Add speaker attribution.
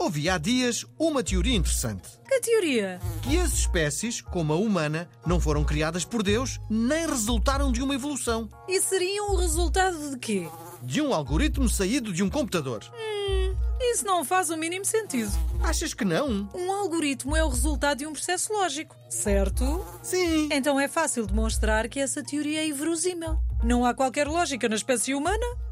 Speaker 1: Ouvi há dias uma teoria interessante.
Speaker 2: Que teoria?
Speaker 1: Que as espécies, como a humana, não foram criadas por Deus nem resultaram de uma evolução.
Speaker 2: E seriam o resultado de quê?
Speaker 1: De um algoritmo saído de um computador.
Speaker 2: Isso não faz o mínimo sentido.
Speaker 1: Achas que não?
Speaker 2: Um algoritmo é o resultado de um processo lógico, certo?
Speaker 1: Sim.
Speaker 2: Então é fácil demonstrar que essa teoria é inverosímil. Não há qualquer lógica na espécie humana.